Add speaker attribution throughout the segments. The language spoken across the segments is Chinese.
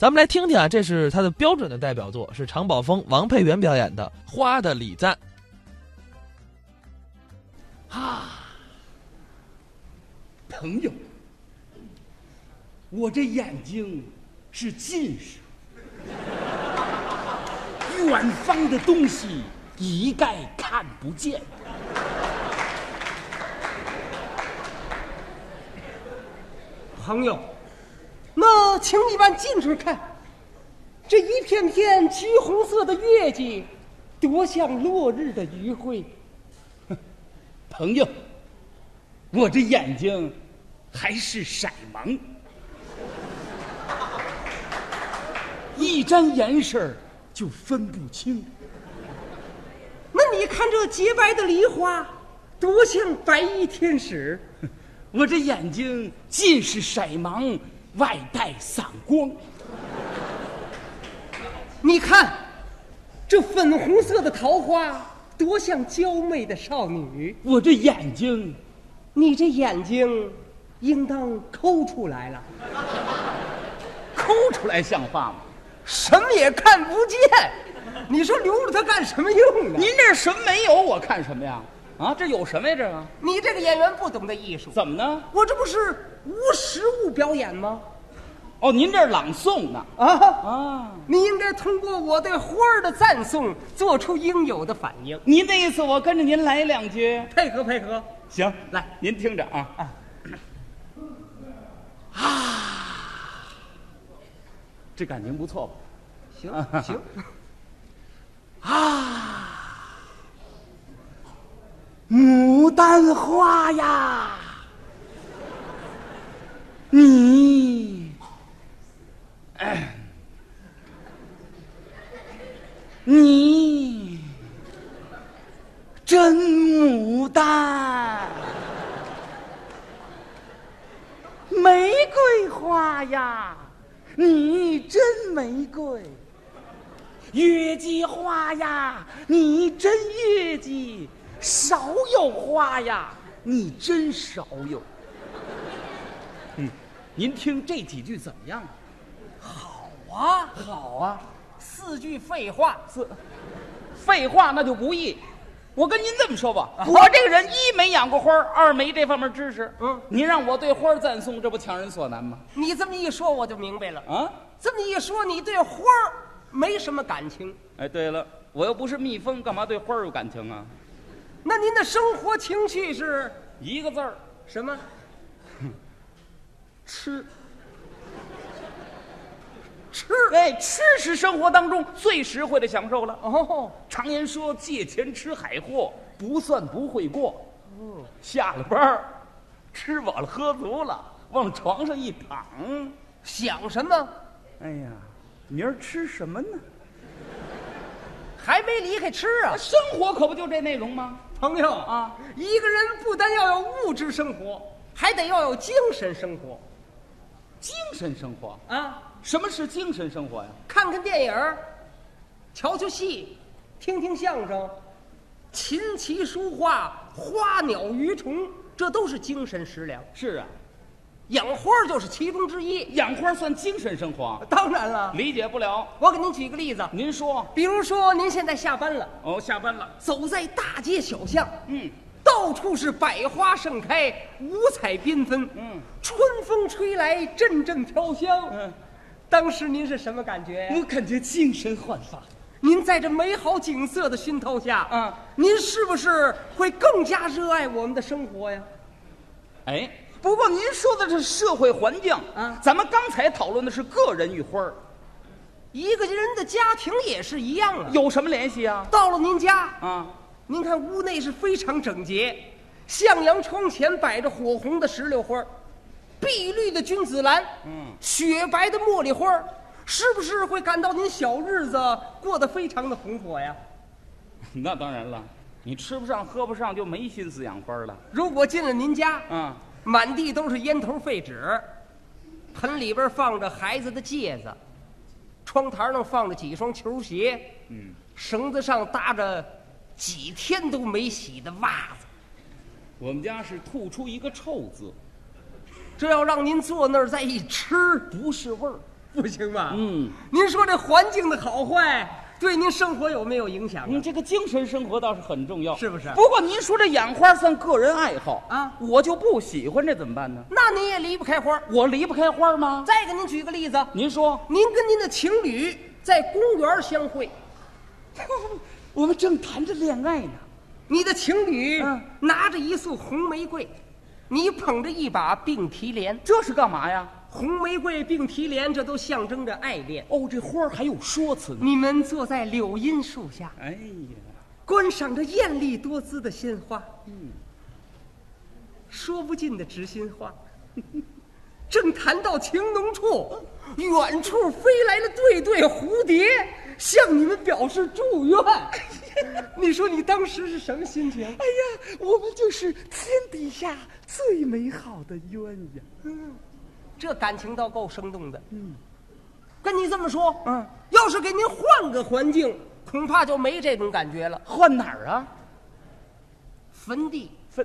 Speaker 1: 咱们来听听啊，这是他的标准的代表作，是常宝峰、王佩元表演的《花的礼赞》。
Speaker 2: 啊，朋友，我这眼睛是近视，远方的东西一概看不见。
Speaker 3: 朋友，那请你往近处看，这一片片橘红色的月季，多像落日的余晖。
Speaker 2: 朋友，我这眼睛还是色盲，一沾眼神儿就分不清。
Speaker 3: 那你看这洁白的梨花，多像白衣天使。
Speaker 2: 我这眼睛近是色盲，外带散光。
Speaker 3: 你看，这粉红色的桃花，多像娇媚的少女。
Speaker 2: 我这眼睛
Speaker 3: 你这眼睛，应当抠出来了，
Speaker 2: 抠出来像话吗？
Speaker 3: 什么也看不见。你说留着它干什么用呢？
Speaker 2: 您这什么没有？我看什么呀？啊，这有什么呀？这个
Speaker 3: 你这个演员不懂得艺术，
Speaker 2: 怎么呢？
Speaker 3: 我这不是无实物表演吗？
Speaker 2: 哦，您这儿朗诵呢？
Speaker 3: 啊，
Speaker 2: 啊，
Speaker 3: 你应该通过我对花儿的赞颂，做出应有的反应，
Speaker 2: 您那意思我跟着您来两句？
Speaker 3: 配合配合。
Speaker 2: 行，
Speaker 3: 来，
Speaker 2: 您听着啊。啊，这感情不错吧？
Speaker 3: 行行，
Speaker 2: 牡丹花呀，你，你真牡丹，玫瑰花呀，你真玫瑰。月季花呀，你真月季；少有花呀，你真少有。嗯，您听这几句怎么样？
Speaker 3: 哇，
Speaker 2: 好啊，
Speaker 3: 四句废话，四
Speaker 2: 废话那就不易。我跟您这么说吧，我这个人一没养过花儿，二没这方面知识。
Speaker 3: 嗯
Speaker 2: 您让我对花儿赞颂，这不强人所难吗？
Speaker 3: 你这么一说我就明白了。
Speaker 2: 啊，
Speaker 3: 这么一说，你对花儿没什么感情，
Speaker 2: 哎，对了，我又不是蜜蜂，干嘛对花儿有感情啊？
Speaker 3: 那您的生活情趣是
Speaker 2: 一个字儿，
Speaker 3: 什 么？
Speaker 2: 吃。
Speaker 3: 吃。
Speaker 2: 哎，吃是生活当中最实惠的享受了。
Speaker 3: 哦，
Speaker 2: 常言说借钱吃海货，不算不会过。下了班儿，吃饱了喝足了，往床上一躺，
Speaker 3: 想什么？
Speaker 2: 哎呀，明儿吃什么呢？
Speaker 3: 还没离开吃啊，
Speaker 2: 生活可不就这内容吗？
Speaker 3: 朋友
Speaker 2: 啊！
Speaker 3: 一个人不单要有物质生活，还得要有精神生活
Speaker 2: 精神生活，
Speaker 3: 啊！
Speaker 2: 什么是精神生活呀？
Speaker 3: 看看电影儿，瞧瞧戏，听听相声，琴棋书画、花鸟鱼虫，这都是精神食粮。
Speaker 2: 是啊，
Speaker 3: 养花儿就是其中之一。
Speaker 2: 养花算精神生活，
Speaker 3: 当然了，
Speaker 2: 理解不了。
Speaker 3: 我给您举个例子，
Speaker 2: 您说，
Speaker 3: 比如说您现在下班了，
Speaker 2: 哦，下班了，
Speaker 3: 走在大街小巷，
Speaker 2: 嗯，
Speaker 3: 到处是百花盛开，五彩缤纷。
Speaker 2: 嗯，
Speaker 3: 春风吹来，阵阵飘香。
Speaker 2: 嗯，
Speaker 3: 当时您是什么感觉呀？
Speaker 2: 我感觉精神焕发。
Speaker 3: 您在这美好景色的熏陶下，
Speaker 2: 嗯
Speaker 3: 您是不是会更加热爱我们的生活呀？
Speaker 2: 哎，不过您说的是社会环境
Speaker 3: 啊
Speaker 2: 咱们刚才讨论的是个人与花儿
Speaker 3: 一个人的家庭也是一样啊。
Speaker 2: 有什么联系啊？
Speaker 3: 到了您家，
Speaker 2: 啊，
Speaker 3: 您看屋内是非常整洁，向阳窗前摆着火红的石榴花儿，碧绿的君子兰，
Speaker 2: 嗯，
Speaker 3: 雪白的茉莉花儿，是不是会感到您小日子过得非常的红火呀？
Speaker 2: 那当然了，你吃不上喝不上就没心思养花儿了。
Speaker 3: 如果进了您家，
Speaker 2: 啊，
Speaker 3: 满地都是烟头废纸，盆里边放着孩子的戒指，窗台上放着几双球鞋，嗯，绳子上搭着几天都没洗的袜子。
Speaker 2: 我们家是吐出一个臭字，
Speaker 3: 这要让您坐那儿再一吃，
Speaker 2: 不是味儿。
Speaker 3: 不行吧？
Speaker 2: 嗯，
Speaker 3: 您说这环境的好坏对您生活有没有影响
Speaker 2: 您
Speaker 3: 啊？
Speaker 2: 嗯这个精神生活倒是很重要，
Speaker 3: 是不是
Speaker 2: 不过您说这养花算个人爱好
Speaker 3: 啊
Speaker 2: 我就不喜欢，这怎么办呢？
Speaker 3: 那您也离不开花儿。
Speaker 2: 我离不开花吗？
Speaker 3: 再给您举个例子，
Speaker 2: 您说，
Speaker 3: 您跟您的情侣在公园相会，
Speaker 2: 我们正谈着恋爱呢，
Speaker 3: 你的情侣
Speaker 2: 嗯
Speaker 3: 拿着一束红玫瑰，你捧着一把并提莲，
Speaker 2: 这是干嘛呀？
Speaker 3: 红玫瑰、并提莲，这都象征着爱恋。
Speaker 2: 哦，这花儿还有说辞呢。
Speaker 3: 你们坐在柳荫树下，
Speaker 2: 哎呀，
Speaker 3: 观赏着艳丽多姿的鲜花，嗯，说不尽的知心 话。正谈到情浓处，远处飞来了对对蝴蝶，向你们表示 祝愿。你说你当时是什么心情？
Speaker 2: 哎呀，我们就是天底下最美好的鸳鸯。
Speaker 3: 这感情倒够生动的。嗯，跟你这么说，
Speaker 2: 嗯，
Speaker 3: 要是给您换个环境，恐怕就没这种感觉了。
Speaker 2: 换哪儿啊？
Speaker 3: 坟地
Speaker 2: 分，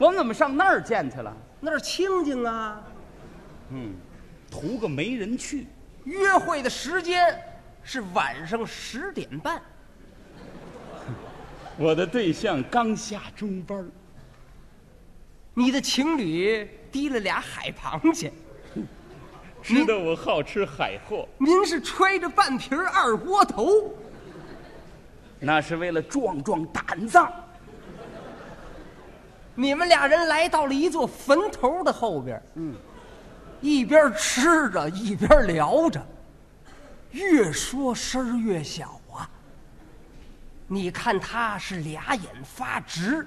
Speaker 2: 我们怎么上那儿见去了？
Speaker 3: 那儿清静啊，
Speaker 2: 图个没人去。
Speaker 3: 约会的时间是晚上十点半。
Speaker 2: 我的对象刚下中班儿，
Speaker 3: 你的情侣提了俩海螃蟹，
Speaker 4: 知道我好吃海货，
Speaker 3: 您是揣着半瓶儿二锅头，
Speaker 2: 那是为了壮壮胆子。
Speaker 3: 你们俩人来到了一座坟头的后边，嗯，一边吃着一边聊着，越说声儿越小啊。你看他是俩眼发直，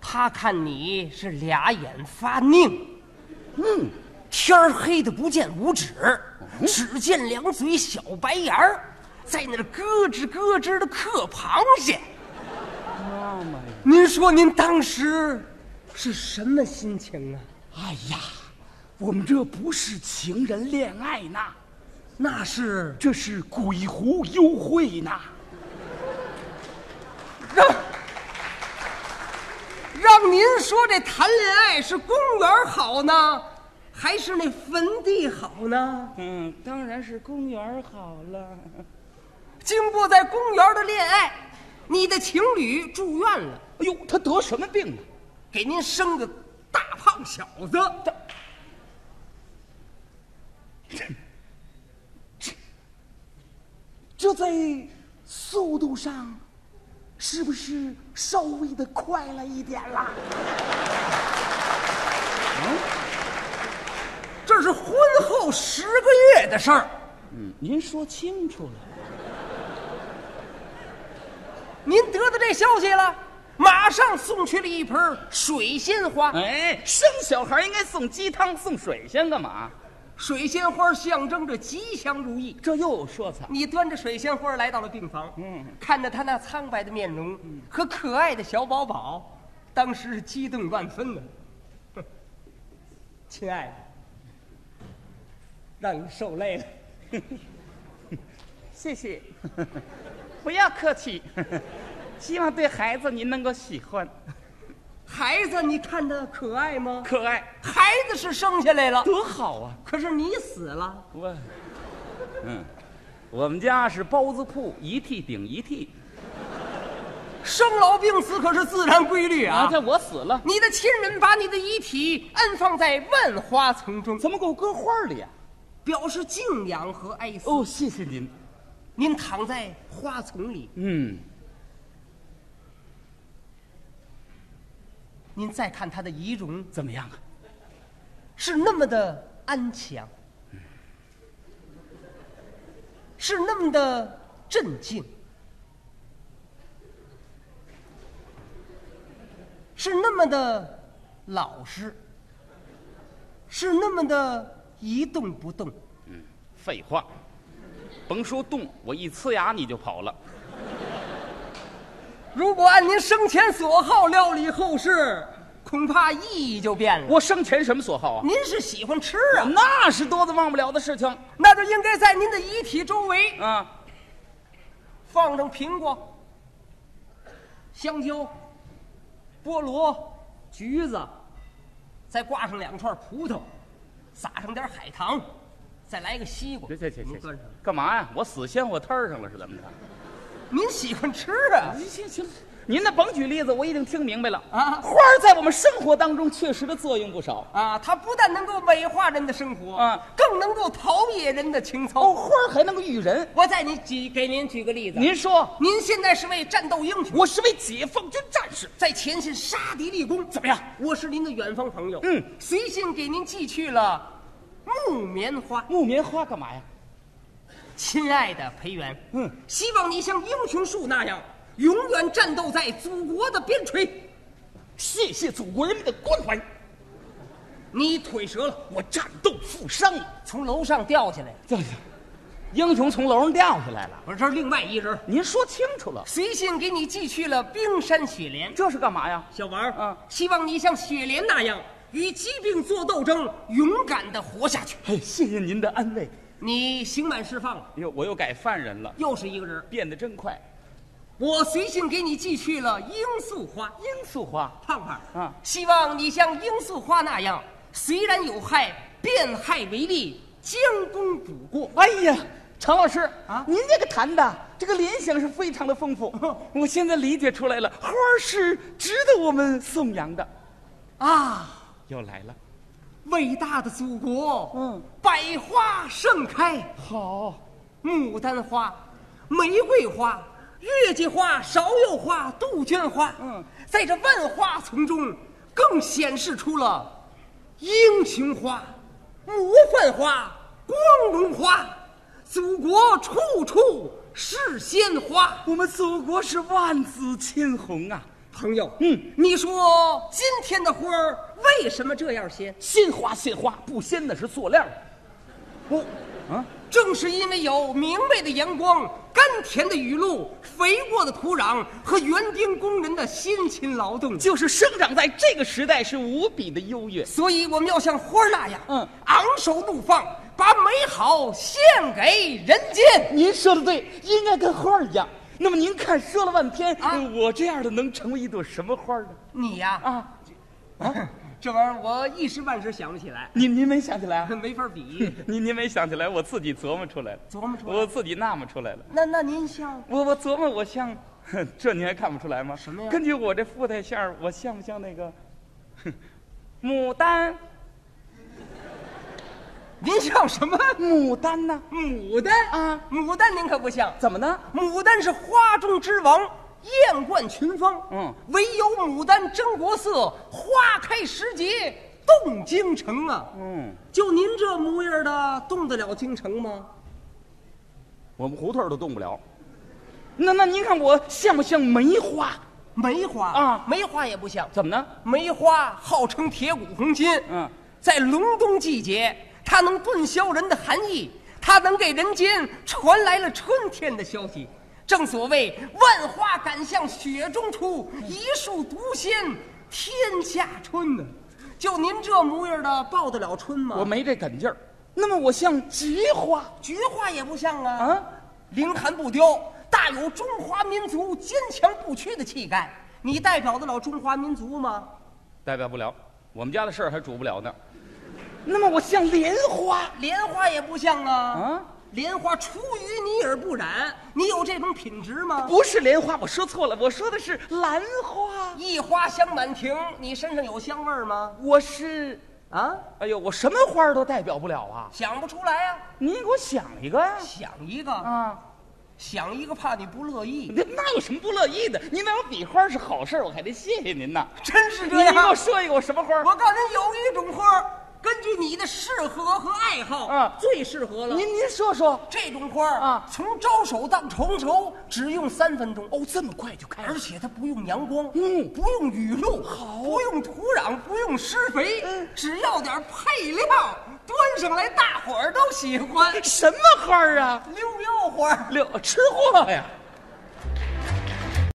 Speaker 3: 他看你是俩眼发拧，嗯，哦天儿黑的不见五指，只见两嘴小白牙儿在那儿咯吱咯吱的嗑螃蟹。您说您当时是什么心情啊？
Speaker 2: 哎呀，我们这不是情人恋爱呢，
Speaker 3: 那是
Speaker 2: 这是鬼狐幽会呢。
Speaker 3: 让让您说这谈恋爱是公园好呢，还是那坟地好呢？
Speaker 2: 嗯，当然是公园好了。
Speaker 3: 经过在公园的恋爱，你的情侣住院了，
Speaker 2: 哎呦，他得什么病啊了？
Speaker 3: 给您生个大胖小子，
Speaker 2: 这在速度上，是不是稍微的快了一点啦？
Speaker 3: 这是婚后十个月的事儿。
Speaker 2: 您说清楚了。
Speaker 3: 您得到这消息了，马上送去了一盆儿水仙花。
Speaker 2: 哎，生小孩应该送鸡汤、送水仙干嘛？
Speaker 3: 水仙花象征着吉祥如意。
Speaker 2: 这又有说辞。
Speaker 3: 你端着水仙花来到了病房，嗯，看着他那苍白的面容和可爱的小宝宝，当时是激动万分的。哼 亲爱的，让你受累了。
Speaker 2: 谢谢，不要客气。 希望对孩子您能够喜欢，
Speaker 3: 孩子，你看他可爱吗？
Speaker 2: 可爱
Speaker 3: 孩子是生下来了，
Speaker 2: 多好啊！
Speaker 3: 可是你死了，
Speaker 2: 我，嗯，我们家是包子铺，一屉顶一屉。
Speaker 3: 生老病死可是自然规律啊
Speaker 2: 啊，。这我死了，
Speaker 3: 你的亲人把你的遗体安放在万花丛中，
Speaker 2: 怎么给我搁花里啊？
Speaker 3: 表示敬仰和哀思。
Speaker 2: 哦，谢谢您。
Speaker 3: 您躺在花丛里，
Speaker 2: 嗯，
Speaker 3: 您再看他的仪容
Speaker 2: 怎么样啊？
Speaker 3: 是那么的安详，是那么的镇静，是那么的老实，是那么的一动不动。
Speaker 4: 废话，甭说动，我一呲牙你就跑了。
Speaker 3: 如果按您生前所好料理后事，恐怕意义就变了。
Speaker 2: 我生前什么所好啊？
Speaker 3: 您是喜欢吃啊，
Speaker 2: 那是多的忘不了的事情
Speaker 3: 那就应该在您的遗体周围
Speaker 2: 啊。
Speaker 3: 放上苹果、香蕉、菠萝、橘子，再挂上两串葡萄，撒上点海棠，再来一个西瓜。
Speaker 2: 这这这
Speaker 3: 您
Speaker 2: 这
Speaker 3: 端上。
Speaker 2: 干嘛呀？我死鲜货摊儿上了是怎么着？
Speaker 3: 您喜欢吃啊？
Speaker 2: 行行，您那甭举例子，我已经听明白了
Speaker 3: 啊
Speaker 2: 花儿在我们生活当中确实的作用不少。
Speaker 3: 啊，它不但能够美化人的生活，
Speaker 2: 啊，
Speaker 3: 更能够陶冶人的情
Speaker 2: 哦，
Speaker 3: 操。
Speaker 2: 花儿还能够育人。
Speaker 3: 我再您举给您举个例子，
Speaker 2: 您说，
Speaker 3: 您现在是位战斗英雄，
Speaker 2: 我是位解放军战士，
Speaker 3: 在前线杀敌立功，怎么样？我是您的远方朋友，
Speaker 2: 嗯，
Speaker 3: 随信给您寄去了木棉花。
Speaker 2: 木棉花干嘛呀？
Speaker 3: 亲爱的裴元，
Speaker 2: 嗯，
Speaker 3: 希望你像英雄树那样，永远战斗在祖国的边陲。
Speaker 2: 谢谢祖国人民的关怀。
Speaker 3: 你腿折了，
Speaker 2: 我战斗负伤，
Speaker 3: 从楼上掉下来，
Speaker 2: 这英雄从楼上掉下来了。
Speaker 3: 我这是另外一人。
Speaker 2: 您说清楚了，
Speaker 3: 随信给你寄去了冰山雪莲，
Speaker 2: 这是干嘛呀？
Speaker 3: 小王，
Speaker 2: 嗯
Speaker 3: 希望你像雪莲那样与疾病做斗争，勇敢的活下去。
Speaker 2: 嘿，哎谢谢您的安慰。
Speaker 3: 你刑满释放了，
Speaker 2: 哟，哎我又改犯人了，
Speaker 3: 又是一个人。
Speaker 2: 变得真快。
Speaker 3: 我随信给你寄去了罂粟花，
Speaker 2: 罂粟花，
Speaker 3: 胖胖，
Speaker 2: 啊
Speaker 3: 希望你像罂粟花那样，虽然有害，变害为利，将功补过。
Speaker 2: 哎呀，常老师
Speaker 3: 啊
Speaker 2: 您这个谈的这个联想是非常的丰富。 我现在理解出来了，花儿是值得我们颂扬的。
Speaker 3: 啊，
Speaker 2: 又来了，
Speaker 3: 伟大的祖国，
Speaker 2: 嗯，
Speaker 3: 百花盛开。
Speaker 2: 好，
Speaker 3: 牡丹花、玫瑰花、月季花、芍药花、杜鹃花，
Speaker 2: 嗯，
Speaker 3: 在这万花丛中，更显示出了英雄花、模范花、光荣花，祖国处处是鲜花。
Speaker 2: 我们祖国是万紫千红啊，
Speaker 3: 朋友，
Speaker 2: 嗯，
Speaker 3: 你说今天的花儿为什么这样鲜？
Speaker 2: 鲜花鲜花，不鲜的是塑料的。我，啊，
Speaker 3: 正是因为有明媚的阳光、甘甜的雨露、肥沃的土壤和园丁工人的辛勤劳动，
Speaker 2: 就是生长在这个时代是无比的优越。
Speaker 3: 所以我们要像花儿那样，
Speaker 2: 嗯，
Speaker 3: 昂首怒放，把美好献给人间。
Speaker 2: 您说的对，应该跟花儿一样。那么您看，说了半天，
Speaker 3: 啊
Speaker 2: 呃我这样的能成为一朵什么花儿呢？
Speaker 3: 你呀、
Speaker 2: 啊，
Speaker 3: 这玩意儿我一时半时想不起来，
Speaker 2: 您您没想起来 啊？
Speaker 3: 没法比。
Speaker 2: 您您没想起来，我自己琢磨出来了，
Speaker 3: 琢磨出来了
Speaker 2: 我自己纳闷出来了。
Speaker 3: 那那您像
Speaker 2: 我我琢磨，我像，哼这您还看不出来吗？
Speaker 3: 什么呀
Speaker 2: 根据我这富态相儿，我像不像那个，哼牡丹？
Speaker 3: 您像什么？
Speaker 2: 牡丹呢？
Speaker 3: 牡丹
Speaker 2: 啊，
Speaker 3: 牡丹您可不像，
Speaker 2: 怎么呢？
Speaker 3: 牡丹是花中之王，艳冠群芳。
Speaker 2: 嗯，
Speaker 3: 唯有牡丹真国色，花开时节动京城啊。
Speaker 2: 嗯，
Speaker 3: 就您这模样的，动得了京城吗？
Speaker 2: 我们胡同儿都动不了。那那您看我像不像梅花？
Speaker 3: 梅花
Speaker 2: 啊
Speaker 3: 梅花也不像。
Speaker 2: 怎么呢？
Speaker 3: 梅花号称铁骨红心，
Speaker 2: 嗯，
Speaker 3: 在隆冬季节，它能顿消人的寒意，它能给人间传来了春天的消息。正所谓万花赶向雪中出，一树独先天下春呢、就您这模样的，报得了春吗？
Speaker 2: 我没这梗劲儿。那么我像菊花
Speaker 3: 菊花也不像啊，
Speaker 2: 啊，
Speaker 3: 凌寒不凋，大有中华民族坚强不屈的气概。你代表得了中华民族吗？
Speaker 2: 代表不了，我们家的事儿还主不了呢。那么我像莲花
Speaker 3: 莲花也不像啊！
Speaker 2: 啊，
Speaker 3: 莲花出淤泥而不染，你有这种品质吗？
Speaker 2: 不是莲花，我说错了，我说的是兰花。
Speaker 3: 一花香满庭，你身上有香味儿吗？
Speaker 2: 我是，
Speaker 3: 啊，
Speaker 2: 哎呦，我什么花儿都代表不了啊！
Speaker 3: 想不出来呀、
Speaker 2: 您给我想一个呀、
Speaker 3: 想一个，
Speaker 2: 啊！
Speaker 3: 想一个，怕你不乐意，
Speaker 2: 那那有什么不乐意的？您让我比花是好事儿，我还得谢谢您呢。
Speaker 3: 真是
Speaker 2: 您
Speaker 3: 这样
Speaker 2: 您。给我说一个，我什么花儿？
Speaker 3: 我告诉你，有一种花儿，根据你的适合和爱好，
Speaker 2: 啊
Speaker 3: 最适合了。
Speaker 2: 您您说说。
Speaker 3: 这种花儿
Speaker 2: 啊
Speaker 3: 从招手到成熟只用三分钟，
Speaker 2: 哦，这么快就开
Speaker 3: 而且它不用阳光，
Speaker 2: 嗯啊
Speaker 3: 不用雨露，好，不用土壤，不用施肥，
Speaker 2: 嗯
Speaker 3: 只要点配料，端上来大伙儿都喜欢。
Speaker 2: 什么花儿啊？
Speaker 3: 溜腰花儿，
Speaker 2: 柳吃货呀！